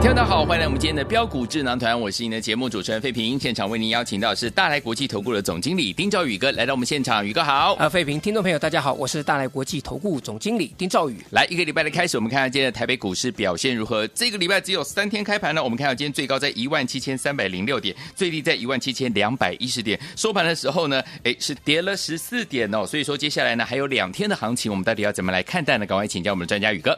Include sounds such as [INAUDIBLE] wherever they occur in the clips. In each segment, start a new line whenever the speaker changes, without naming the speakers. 听众大家好，欢迎来我们今天的标股智囊团，我是您的节目主持人费平。现场为您邀请到的是大来国际投顾的总经理丁兆宇哥来到我们现场，宇哥好。
啊，费平，听众朋友大家好，我是大来国际投顾总经理丁兆宇。
来一个礼拜的开始，我们看看今天的台北股市表现如何。这个礼拜只有三天开盘呢，我们看到今天最高在一万七千三百零六点，最低在一万七千两百一十点，收盘的时候呢，哎是跌了十四点哦。所以说接下来呢还有两天的行情，我们到底要怎么来看待呢？赶快请教我们的专家宇哥。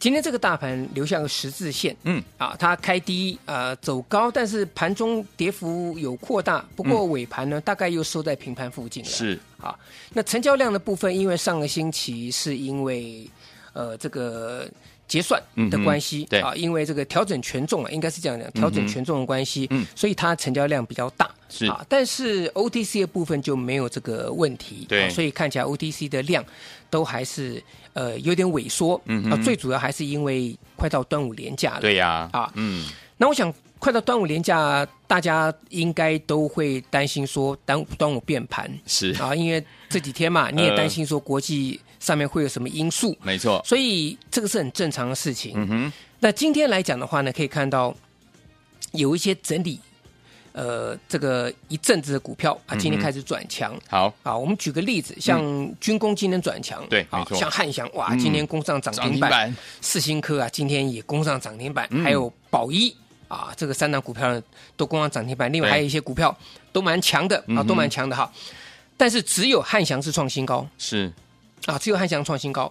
今天这个大盘留下个十字线，
嗯，
啊，它开低呃走高，但是盘中跌幅有扩大，不过尾盘呢、大概又收在平盘附近了。
是
啊，那成交量的部分，因为上个星期是因为呃这个结算的关系
嗯哼，对
啊，因为这个调整权重啊，应该是这样讲，调整权重的关系，
嗯
所以它成交量比较大，
是
啊，但是 OTC 的部分就没有这个问题，
对
啊所以看起来 OTC 的量都还是呃有点萎缩，
嗯哼
啊，最主要还是因为快到端午连假了，
对呀、
啊
嗯，
那我想，快到端午连假，大家应该都会担心说端端午变盘
是
啊，因为这几天嘛，你也
呃
担心说国际上面会有什么因素，
没错，
所以这个是很正常的事情。
嗯哼，
那今天来讲的话呢，可以看到有一些整理，呃，这个一阵子的股票啊，
嗯
今天开始转强。
好，
啊，我们举个例子，像军工今天转强，
嗯对
啊
没错
像汉翔哇，
嗯
今天攻上涨
涨
停
停
板，
板
四星科啊，今天也攻上涨停板，
嗯
还有宝一啊，这个三档股票呢都攻上涨停板，另外
对
还有一些股票都蛮强的
嗯
啊，
哼
都蛮强的哈。但是只有汉翔是创新高
是
啊，只有汉翔创新高。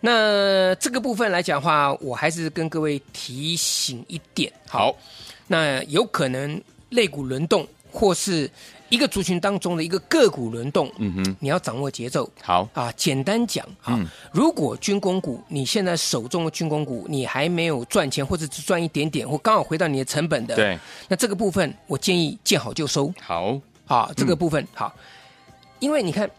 那这个部分来讲的话，我还是跟各位提醒一点，
好，
那有可能类股轮动或是一个族群当中的一个个股轮动，
嗯哼，
你要掌握节奏，
好，
啊，简单讲啊，
嗯
如果军工股你现在手中的军工股你还没有赚钱，或者只赚一点点，或刚好回到你的成本的，，
对，
那这个部分我建议见好就收
好，
啊，
嗯
这个部分、好，因为你看。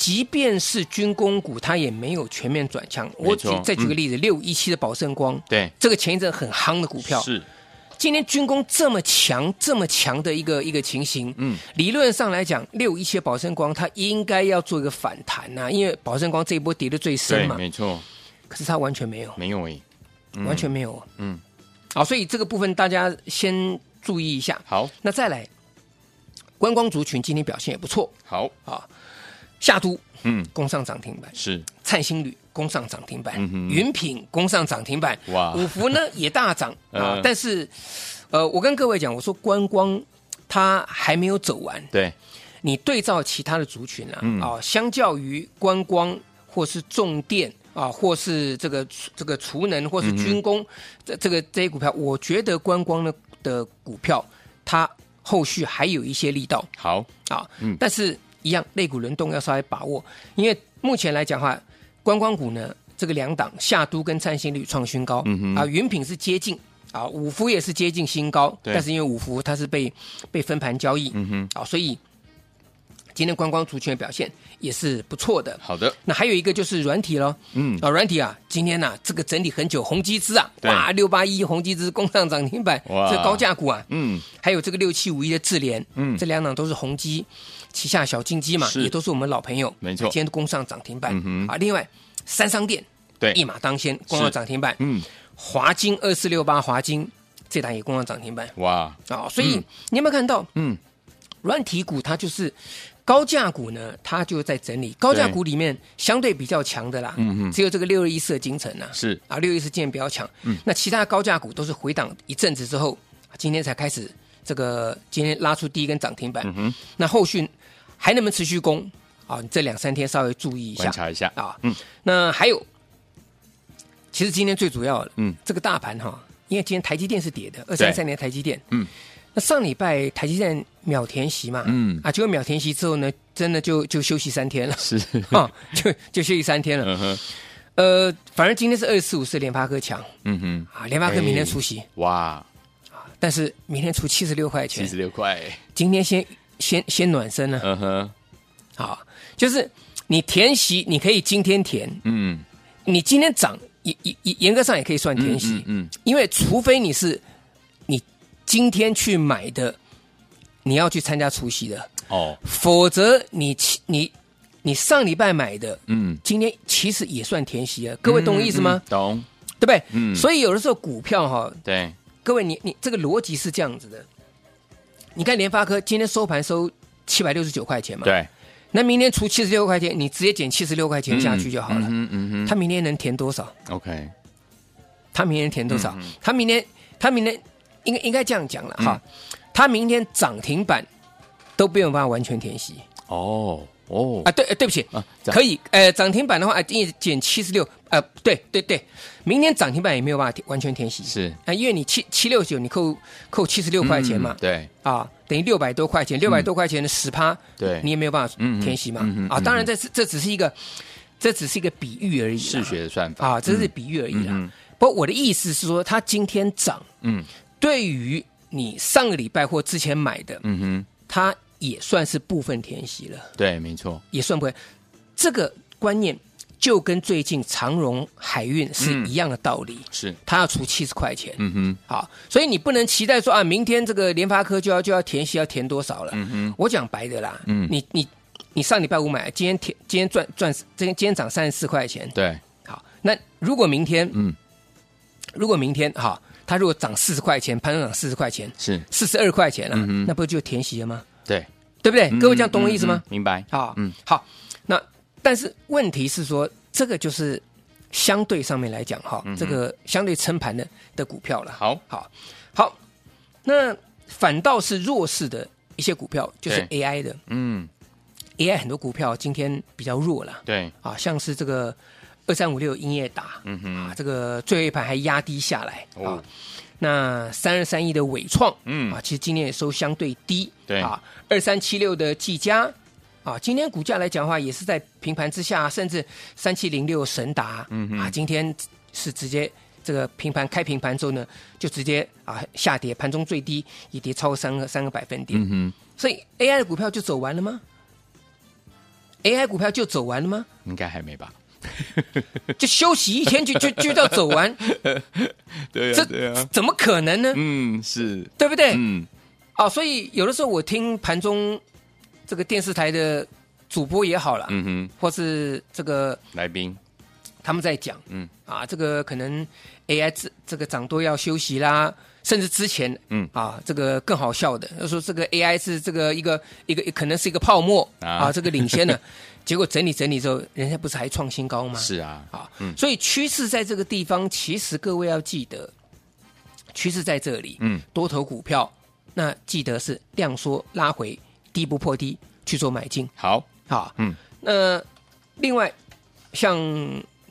即便是军工股，它也没有全面转强。
没
我举
错
再举个
嗯
例子，六一七的宝盛光，
对，
这个前一阵很夯的股票，
是，
今天军工这么强、这么强的一个一个情形，
嗯，
理论上来讲，六一七宝盛光它应该要做一个反弹呐、因为宝盛光这一波跌得最深
对，
嘛，
没错，
可是它完全没有，
没有诶，
完全没有，
嗯，
好，所以这个部分大家先注意一下。
好，
那再来，观光族群今天表现也不错
好，
啊，夏都
嗯，
攻上涨停板，
是，
灿星旅攻上涨停板，
嗯哼
云品攻上涨停板，
哇
五福呢也大涨啊、
呃
但是，呃，我跟各位讲，我说观光它还没有走完，
对，
你对照其他的族群啊，啊、
嗯
相较于观光或是重电啊、或是这个这个储能或是军工、这这个这些股票，我觉得观光的的股票它后续还有一些力道，
好，
啊，
嗯
但是一样，类股轮动要稍微把握，因为目前来讲的话，观光股呢，这个两档夏都跟灿星率创新高，
嗯哼
啊，云品是接近。啊，五福也是接近新高，
对
但是因为五福它是被被分盘交易，
嗯哼，
啊，所以今天观光族群的表现也是不错的。
好的，
那还有一个就是软体咯，
嗯，
啊，软体啊，今天呐、这个整理很久，宏基资啊，
对
哇，六八一宏基资攻上涨停板，
哇
这高价股啊，
嗯，
还有这个六七五一的智联，
嗯
这两档都是宏基旗下小金鸡嘛，
是
也都是我们老朋友，
没错
今天攻上涨停板、
嗯哼
啊。另外，三商店
对，
一马当先攻上
是
涨停板，
嗯，
华金二四六八华金这档也攻上涨停板
哇，
啊、所以、
嗯
你有没有看到
嗯，
软体股它就是高价股呢，它就在整理高价股里面相对比较强的啦，
嗯哼
只有这个六二一四的金城啊，
是，嗯
啊，六一四今天比较强，那其他的高价股都是回档一阵子之后，今天才开始这个今天拉出第一根涨停板，
嗯哼
那后续还能不能持续攻啊？你这两三天稍微注意一
观
下
察一下，
啊，
嗯，
那还有，其实今天最主要的，
嗯
这个大盘哈，因为今天台积电是跌的，二
对
三三年台积电，
嗯，
那上礼拜台积电秒填息嘛，
嗯，
啊，结果秒填息之后呢，真的就就休息三天了
是，
[LAUGHS] 啊，就就休息三天了。
嗯哼，
呃，反正今天是二四五四联发科强
嗯哼，
啊，联发科明天出息，
哇，
但是明天出七十六块
七
钱
十，六块，
今天先先先暖身了、
嗯哼，
啊，就是你填息，你可以今天填，
嗯，
你今天涨，也也也严格上也可以算填息，
嗯，
因为除非你是你今天去买的，你要去参加除夕的，
嗯哦，
否则你其你你上礼拜买的，
嗯，
今天其实也算填息啊。各位懂我意思吗
嗯？？嗯懂，
对不对？
嗯
所以有的时候股票哈，
对，
各位你你这个逻辑是这样子的。你看联发科今天收盘收七百六十九块钱嘛，。
对，
那明天除七十六块钱，你直接减七十六块钱下去就好了。
嗯嗯
它明天能填多少？
哼，OK，
它明天填多
嗯
少？它明天它明天应该应该这样讲了哈，它明天涨停板都没有办法完全填息。
哦哦
啊，，对，呃对不起，
啊这样
可以，呃，涨停板的话，啊，一减七十六，呃，对对对，明天涨停板也没有办法填完全填息，
是
啊，因为你七七六九，你扣扣七十六块钱嘛
嗯，对，嗯
啊，等于六百多块钱，六百多块钱的十趴，
对
你也没有办法
嗯嗯
填息嘛
嗯嗯，
啊，
嗯
当然这是这只是一个，这只是一个比喻而已啦，
嗜血的算法，
啊，这是比喻而已
嗯
啦。不过我的意思是说，它今天涨，
嗯
对于你上个礼拜或之前买的，
嗯哼，
它也算是部分填息了。
对，没错，
也算不会。这个观念就跟最近长荣海运是一样的道理，
是，
它要出七十块钱。
嗯哼，
好，所以你不能期待说啊，明天这个联发科就要就要填息，要填多少了？我讲白的啦，
嗯
你你你上礼拜五买，今天填，今天赚赚，今天今天涨三十四块钱。
对，
好，那如果明天，
嗯，
如果明天哈，它如果涨四十块钱，盘涨四十块钱，
是，
四十二块钱了、啊那不就填息了吗？
对，
对不对？各位这样
嗯
懂我意思吗？？
嗯嗯明白，
啊，
嗯
嗯，好，那但是问题是说，这个就是相对上面来讲哈，这个相对撑盘的的股票了。
嗯好，
好，好，那反倒是弱势的一些股票，就是
对
AI 的
嗯，
AI 很多股票今天比较弱了
对，
啊，像是这个二三五六英业达，
嗯哼
啊，这个最后一盘还压低下来啊
哦。
那三二三一的伟创，
嗯
啊，其实今天也收相对低，
对
啊，二三七六的技嘉，啊，今天股价来讲的话，也是在平盘之下，甚至三七零六神达，嗯啊，今天是直接这个平盘开平盘之后呢，就直接啊下跌，盘中最低也跌超过三个三个百分
嗯
点，
哼，
所以 AI 的股票就走完了吗？AI 股票就走完了吗？
应该还没吧？
就休息一天就就就叫走
[LAUGHS]
完，
对啊
这，怎么可能呢？
嗯，是，
对不对？
嗯，
啊，所以有的时候我听盘中这个电视台的主播也好了，
嗯
或是这个
哼，来宾，
他们在讲，
嗯
嗯啊，这个可能 AI 这这个涨多要休息啦，甚至之前，
嗯
嗯啊，这个更好笑的，就说这个 AI 是这个一个一个可能是一个泡沫
啊
啊这个领先
[LAUGHS]
的，结果整理整理之后，人家不是还创新高吗？
是啊，
啊，所以趋势在这个地方，其实各位要记得，趋势在这里，
嗯，
多头股票，那记得是量缩拉回，低不破低去做买进，
好，
好，
嗯，
那另外像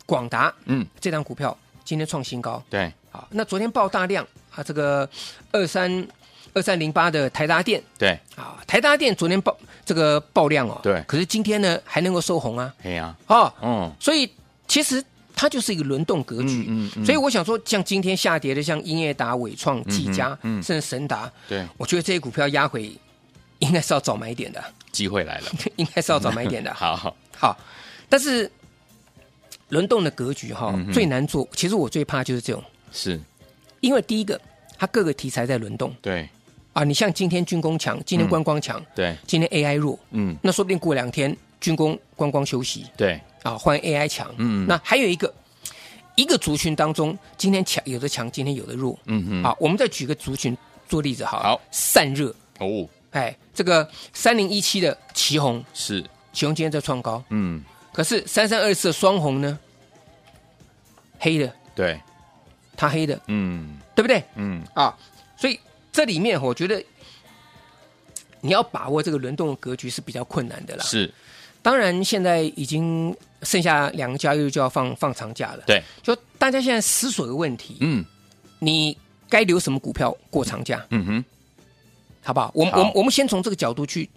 广达
嗯，
这张股票今天创新高，
对，
好，那昨天爆大量啊，这个二三二三零八的台达电
对，
啊，台达电昨天爆这个爆量哦，
对
可是今天呢还能够收红啊，
嘿呀，
哦，
嗯，
所以其实它就是一个轮动格局。
嗯嗯嗯
所以我想说，像今天下跌的，像英业达、伟创、技嘉，
嗯嗯
甚至神达，
对，
我觉得这些股票压回，应该是要早买点的， [LAUGHS]
机会来了，
应该是要早买点
[LAUGHS]
的。
好，
好，但是轮动的格局哈、
嗯哼
最难做。其实我最怕就是这种，
是，
因为第一个，它各个题材在轮动
对，
啊。你像今天军工强，今天
嗯
观光强，
对，
今天 AI 弱，
嗯，
那说不定过两天军工观光休息，
对，
啊，换 AI 强。
嗯
嗯，那还有一个一个族群当中，今天强有的强，今天有的弱。
嗯哼，
啊，我们再举个族群做例子好了，
好
散热，
哦，
哎，这个三零一七的旗红，
是，
旗红今天在创高，
嗯，
可是三三二四的双红呢，黑的，
对，
它黑的，
嗯，
对不对？
嗯，
啊，所以这里面我觉得。你要把握这个轮动的格局是比较困难的啦。
是，
当然现在已经剩下两个交易日就要放放长假了。
对，
就大家现在思索个问题：
嗯，
你该留什么股票过长假？
嗯哼，
好不好？我们
好
我们我们先从这个角度去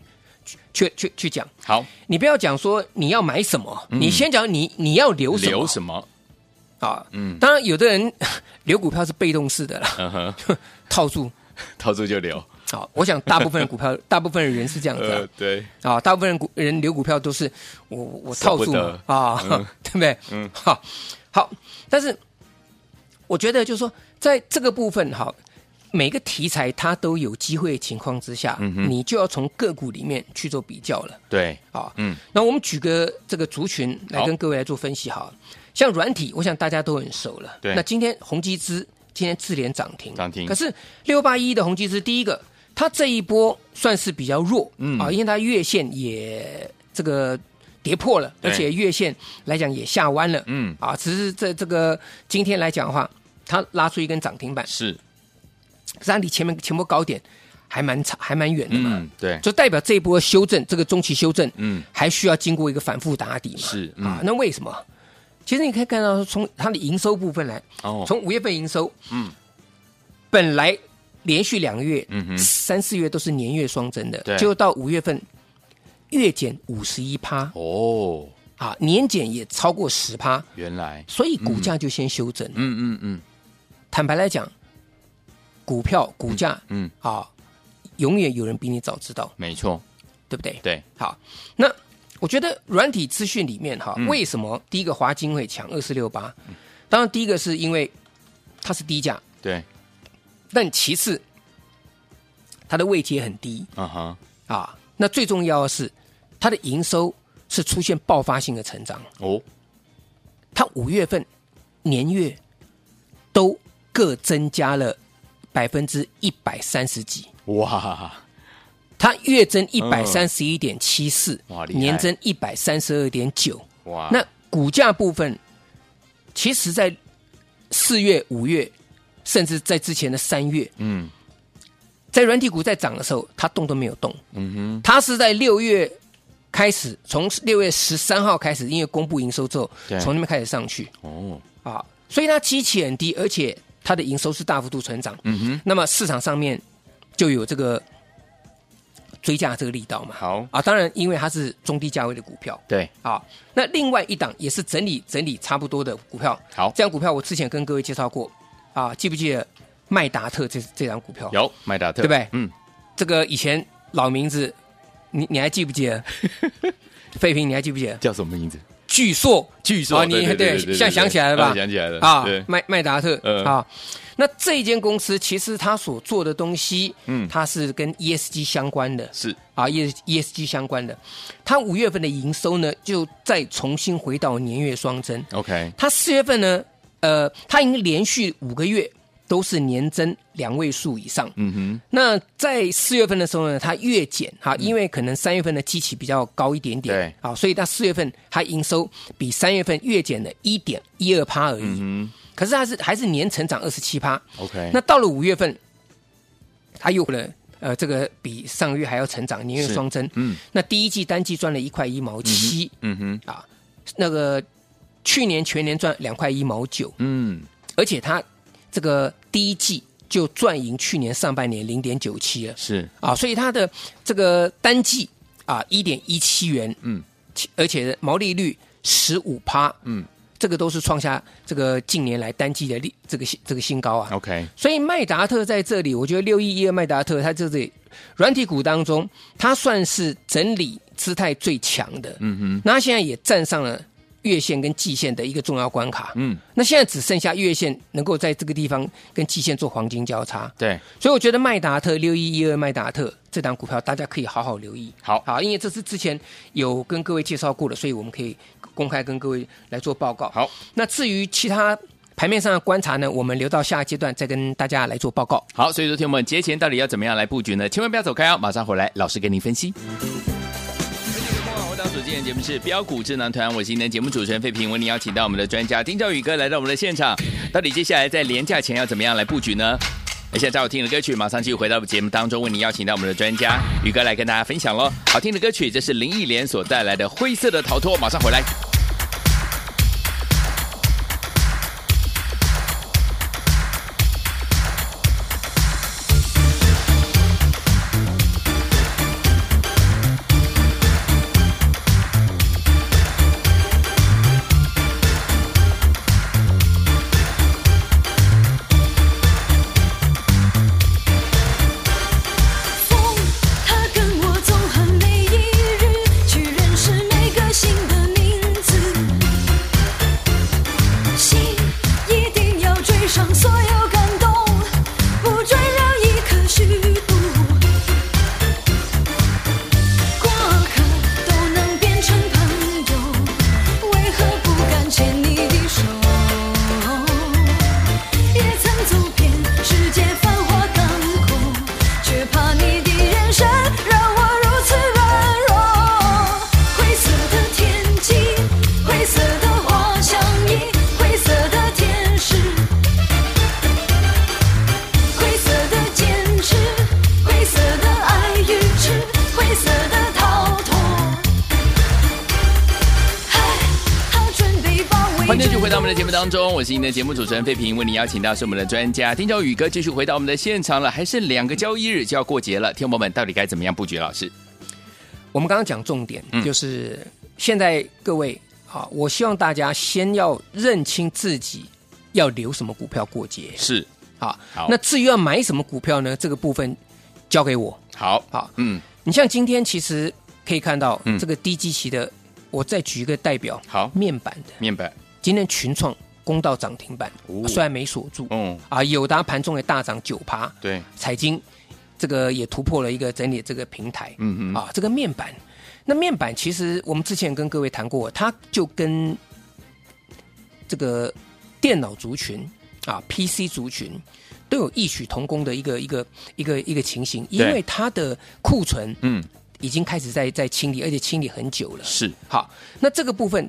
去去去去讲，
好，
你不要讲说你要买什么，你先讲你你要留什么
嗯留什么？
啊？
嗯
当然，有的人 [LAUGHS] 留股票是被动式的啦，
嗯哼，
[LAUGHS] 套住。
套住就留。
啊，我想大部分的股票， [LAUGHS] 大部分的人是这样子啊
呃，对，
啊，大部分人股人留股票都是我我
舍
套
不
住
得
嘛啊，
嗯
[LAUGHS] 对不对？
嗯
嗯，好，好，但是我觉得就是说，在这个部分哈，每个题材它都有机会的情况之下，
嗯哼
你就要从个股里面去做比较了
对，
啊。
嗯，
那我们举个这个族群来
好
跟各位来做分析哈，像软体，我想大家都很熟了。
对
那今天宏基资今天智联涨停，
涨停
可是六八一的宏基资，第一个它这一波算是比较弱，
嗯
啊，因为它月线也这个跌破了，
对
而且月线来讲也下弯了，
嗯，
啊，只是在这个今天来讲的话，它拉出一根涨停板，
是，
可是它离前面前波高点还蛮差，还蛮远的嘛。
嗯，对，
就代表这一波修正，这个中期修正，
嗯，
还需要经过一个反复打底嘛？
是嗯
啊，那为什么？其实你可以看到，从它的营收部分来，
哦，
从五月份营收，
嗯，
本来连续两个月，
嗯哼
三四月都是年月双增的
对，
就到五月份月减五十一趴
哦，
啊，年减也超过十趴，
原来，
所以股价就先修正。
嗯嗯嗯
坦白来讲，股票股价、
嗯，
啊，永远有人比你早知道，
没错，
对不对？
对，
好，那我觉得软体资讯里面哈，
嗯
为什么第一个华金会强二四六八？当然，第一个是因为它是低价，
对，
但其次它的位阶很低
啊哈，
啊。那最重要的是它的营收是出现爆发性的成长，
哦，
它五月份年月都各增加了百分之一百三十几。
哇，
它月增一百三十一点七四
嗯哇，厉害
年增一百三十二点九，
哇，
那股价部分，其实在四月、五月，甚至在之前的三月，
嗯
在软体股在涨的时候，它动都没有动。
嗯哼，
它是在六月开始，从六月十三号开始，因为公布营收之后
对，
从那边开始上去
哦，
啊，所以它基期很低，而且它的营收是大幅度成长。
嗯哼，
那么市场上面就有这个追价这个力道嘛。
好，
啊，当然，因为它是中低价位的股票，
对，
啊，那另外一档也是整理整理差不多的股票，
好，
这档股票我之前跟各位介绍过啊，记不记得麦达特这这档股票？
有麦达特，
对不对
嗯，
这个以前老名字，你你还记不记
[LAUGHS]
得？费平，你还记不记得？
叫什么名字？
巨硕
据说，
哦你现在想起来了吧
嗯想起来了
啊
对，，
麦麦达特
呃
啊，那这间公司其实它所做的东西，
嗯
它是跟 ESG 相关的
是，
啊，ES ESG 相关的，它五月份的营收呢，就再重新回到年月双增。
OK，
它四月份呢，呃，它已经连续五个月都是年增两位数以上。
嗯哼，嗯
那在四月份的时候呢，它月减哈，因为可能三月份的基期比较高一点点，
对
啊，所以它四月份它营收比三月份月减了一点一二趴而已，
嗯
可是它是还是年成长二十七趴。
哼，OK，
那到了五月份，它又了呃，这个比上个月还要成长，年月
是
双增。
嗯
那第一季单季赚了一块一毛七、
嗯哼，
啊，那个去年全年赚两块一毛九，
嗯，
而且它这个第一季就赚赢去年上半年零点九七了
是，
啊，所以它的这个单季啊一点一七元，
嗯
其，而且毛利率十五趴，
嗯，
这个都是创下这个近年来单季的历这个新这个新高啊。
OK，
所以麦达特在这里，我觉得六一一的麦达特，它在这里软体股当中，它算是整理姿态最强的。
嗯哼，
那它现在也站上了月线跟季线的一个重要关卡。
嗯，
那现在只剩下月线能够在这个地方跟季线做黄金交叉，
对，
所以我觉得麦达特六一一二麦达特这档股票大家可以好好留意。
好
好，因为这是之前有跟各位介绍过的，所以我们可以公开跟各位来做报告。
好，
那至于其他盘面上的观察呢，我们留到下一阶段再跟大家来做报告。
好，所以昨天我们节前到底要怎么样来布局呢？千万不要走开哦，马上回来，老师给您分析。所今天的节目是标股智囊团，我是今天的节目主持人费平，为您邀请到我们的专家丁兆宇哥来到我们的现场。到底接下来在廉价前要怎么样来布局呢？而现在好听的歌曲，马上继续回到我们节目当中，为您邀请到我们的专家宇哥来跟大家分享喽。好听的歌曲，这是林忆莲所带来的《灰色的逃脱》，马上回来。目当中，我是您的节目主持人费平，为您邀请到是我们的专家丁兆宇哥，继续回到我们的现场了。还剩两个交易日就要过节了，天友们到底该怎么样布局？老师，
我们刚刚讲重点
嗯
就是现在各位好，我希望大家先要认清自己要留什么股票过节
是
啊
好。
那至于要买什么股票呢？这个部分交给我。
好，
好
嗯，
你像今天其实可以看到
嗯
这个低基期的，我再举一个代表
好，
面板的，
面板，
今天群创攻到涨停板，
哦
虽然没锁住
嗯，
啊，友达盘中也大涨九趴，
对，
财经这个也突破了一个整理这个平台，
嗯哼，
啊，这个面板，那面板其实我们之前跟各位谈过，它就跟这个电脑族群啊、PC 族群都有异曲同工的一个一个一个一个情形，因
对
为它的库存
嗯，
已经开始在在清理，而且清理很久了。
是，
好，那这个部分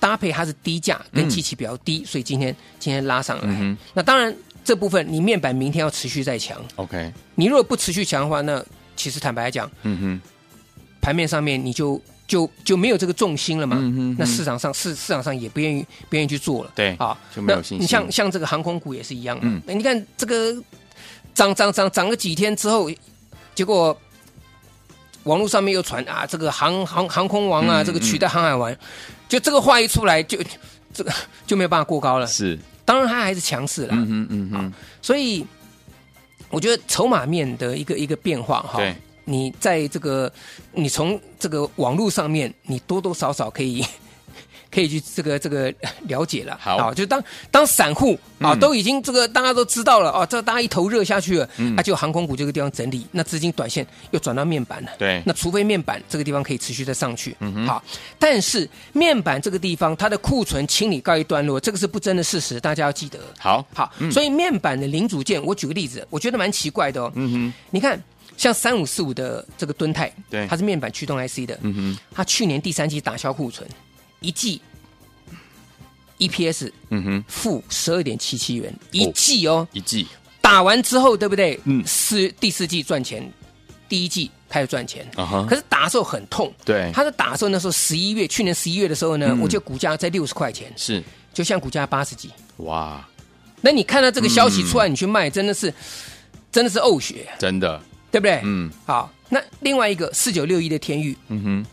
搭配它是低价跟
嗯
机器比较低，所以今天今天拉上来。
嗯
那当然，这部分你面板明天要持续再强，
哼，OK，
你如果不持续强的话，那其实坦白讲。
嗯哼，
盘面上面你就就就没有这个重心了嘛。
嗯哼哼
那市场上市市场上也不愿意不愿意去做了。
对
啊，
就没有
那
信
你
心
像像这个航空股也是一样嘛。啊
嗯
那你看这个涨涨涨涨个几天之后，结果。网络上面又传啊，这个航航航空王啊，
嗯
这个取代航海王，就这个话一出来，就这个就没有办法过高了。
是，
当然，它还是强势了，
嗯哼，嗯哼，
所以我觉得筹码面的一个一个变化哈，
对，
你在这个你从这个网络上面，你多多少少可以 [LAUGHS] 可以去这个这个了解了。
好
啊就当当散户啊、
嗯
都已经这个大家都知道了啊，这大家一头热下去了，
嗯
啊，就航空股这个地方整理，那资金短线又转到面板了。
对，
那除非面板这个地方可以持续再上去，嗯好，但是面板这个地方它的库存清理告一段落，这个是不争的事实，大家要记得。
好，
好，
嗯
所以面板的零组件，我举个例子，我觉得蛮奇怪的哦。
嗯
你看，像三五四五的这个敦泰，
对
它是面板驱动 IC 的，
哼，嗯哼，
它去年第三季打消库存，一季 EPS
嗯哼，
负十二点七七元，一季哦，
一季，
打完之后对不对？
嗯
四第四季赚钱，第一季开始赚钱，
啊哈
可，是打的时候很痛。
对，
它在打的时候，那时候十一月，去年十一月的时候呢，
嗯
我记得股价在六十块钱，
是，
就像股价八十几。
哇，
那你看到这个消
嗯
息出来，你去卖，真的是，真的是呕血，
真的，
对不对？
嗯，
好，那另外一个四九六一的天域，
嗯哼，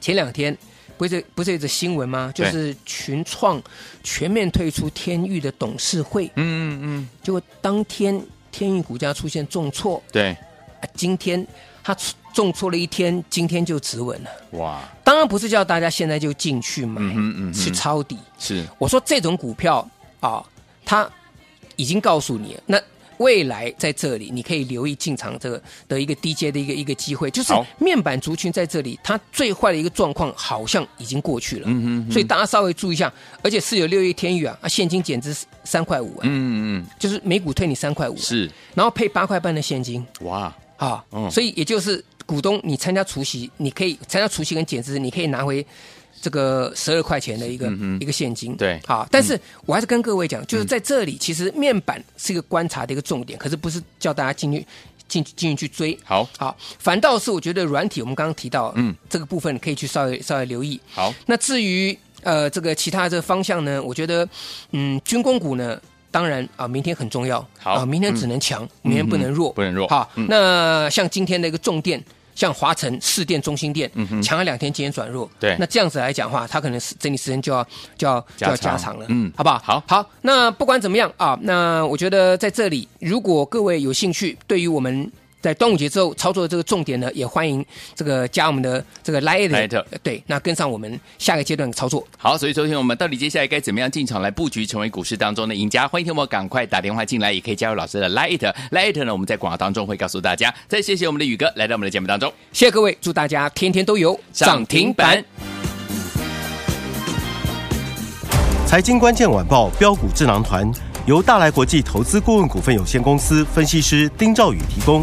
前两天不是不是有一则新闻吗？就
对
是群创全面退出天域的董事会，
嗯嗯嗯，
结果当天天域股价出现重挫，
对，
啊、今天它出重挫了一天，今天就止稳了。
哇，
当然不是叫大家现在就进去买、
嗯哼嗯哼
去抄底，
是，
我说这种股票啊，它已经告诉你了，那未来在这里你可以留意进场这个的一个低阶的一个一个机会，就是
好
面板族群在这里，它最坏的一个状况好像已经过去了，
嗯哼，
所以大家稍微注意一下。而且四九六一天宇啊，啊现金减值三块五、
嗯
啊，
嗯嗯，
就是每股退你三块五，啊
是，
然后配八块半的现金
哇，
啊，
嗯
所以也就是股东你参加除息，你可以参加除息跟减资，你可以拿回这个十二块钱的一个、一个现金。
嗯对嗯
好，但是我还是跟各位讲，就是在这里，其实面板是一个观察的一个重点，可是不是叫大家进去进进去去追。
好，
好，反倒是我觉得软体，我们刚刚提到，
嗯，
这个部分可以去稍微稍微留意。
好，
那至于呃这个其他的方向呢，我觉得嗯军工股呢，当然啊、明天很重要，
好
啊、明天只能强，明天不能弱，
不能弱
好，
嗯
那像今天的一个重电。像华晨、市电、中心电，强了两天，今天转弱。
嗯对
那这样子来讲的话，它可能是整理时间就要就要就
加
要
长
加长了，
嗯
好不好？
好
好。那不管怎么样啊，那我觉得在这里，如果各位有兴趣，对于我们在端午节之后操作的这个重点呢，也欢迎这个加我们的这个 Line 的
Lite
对，那跟上我们下个阶段的操作。
好，所以昨天我们到底接下来该怎么样进场来布局，成为股市当中的赢家？欢迎听我赶快打电话进来，也可以加入老师的 Light Light 呢，我们在广告当中会告诉大家。再谢谢我们的宇哥来到我们的节目当中，
谢谢各位，祝大家天天都有
涨停板。
财经关键晚报标股智囊团由大来国际投资顾问股份有限公司分析师丁兆宇提供。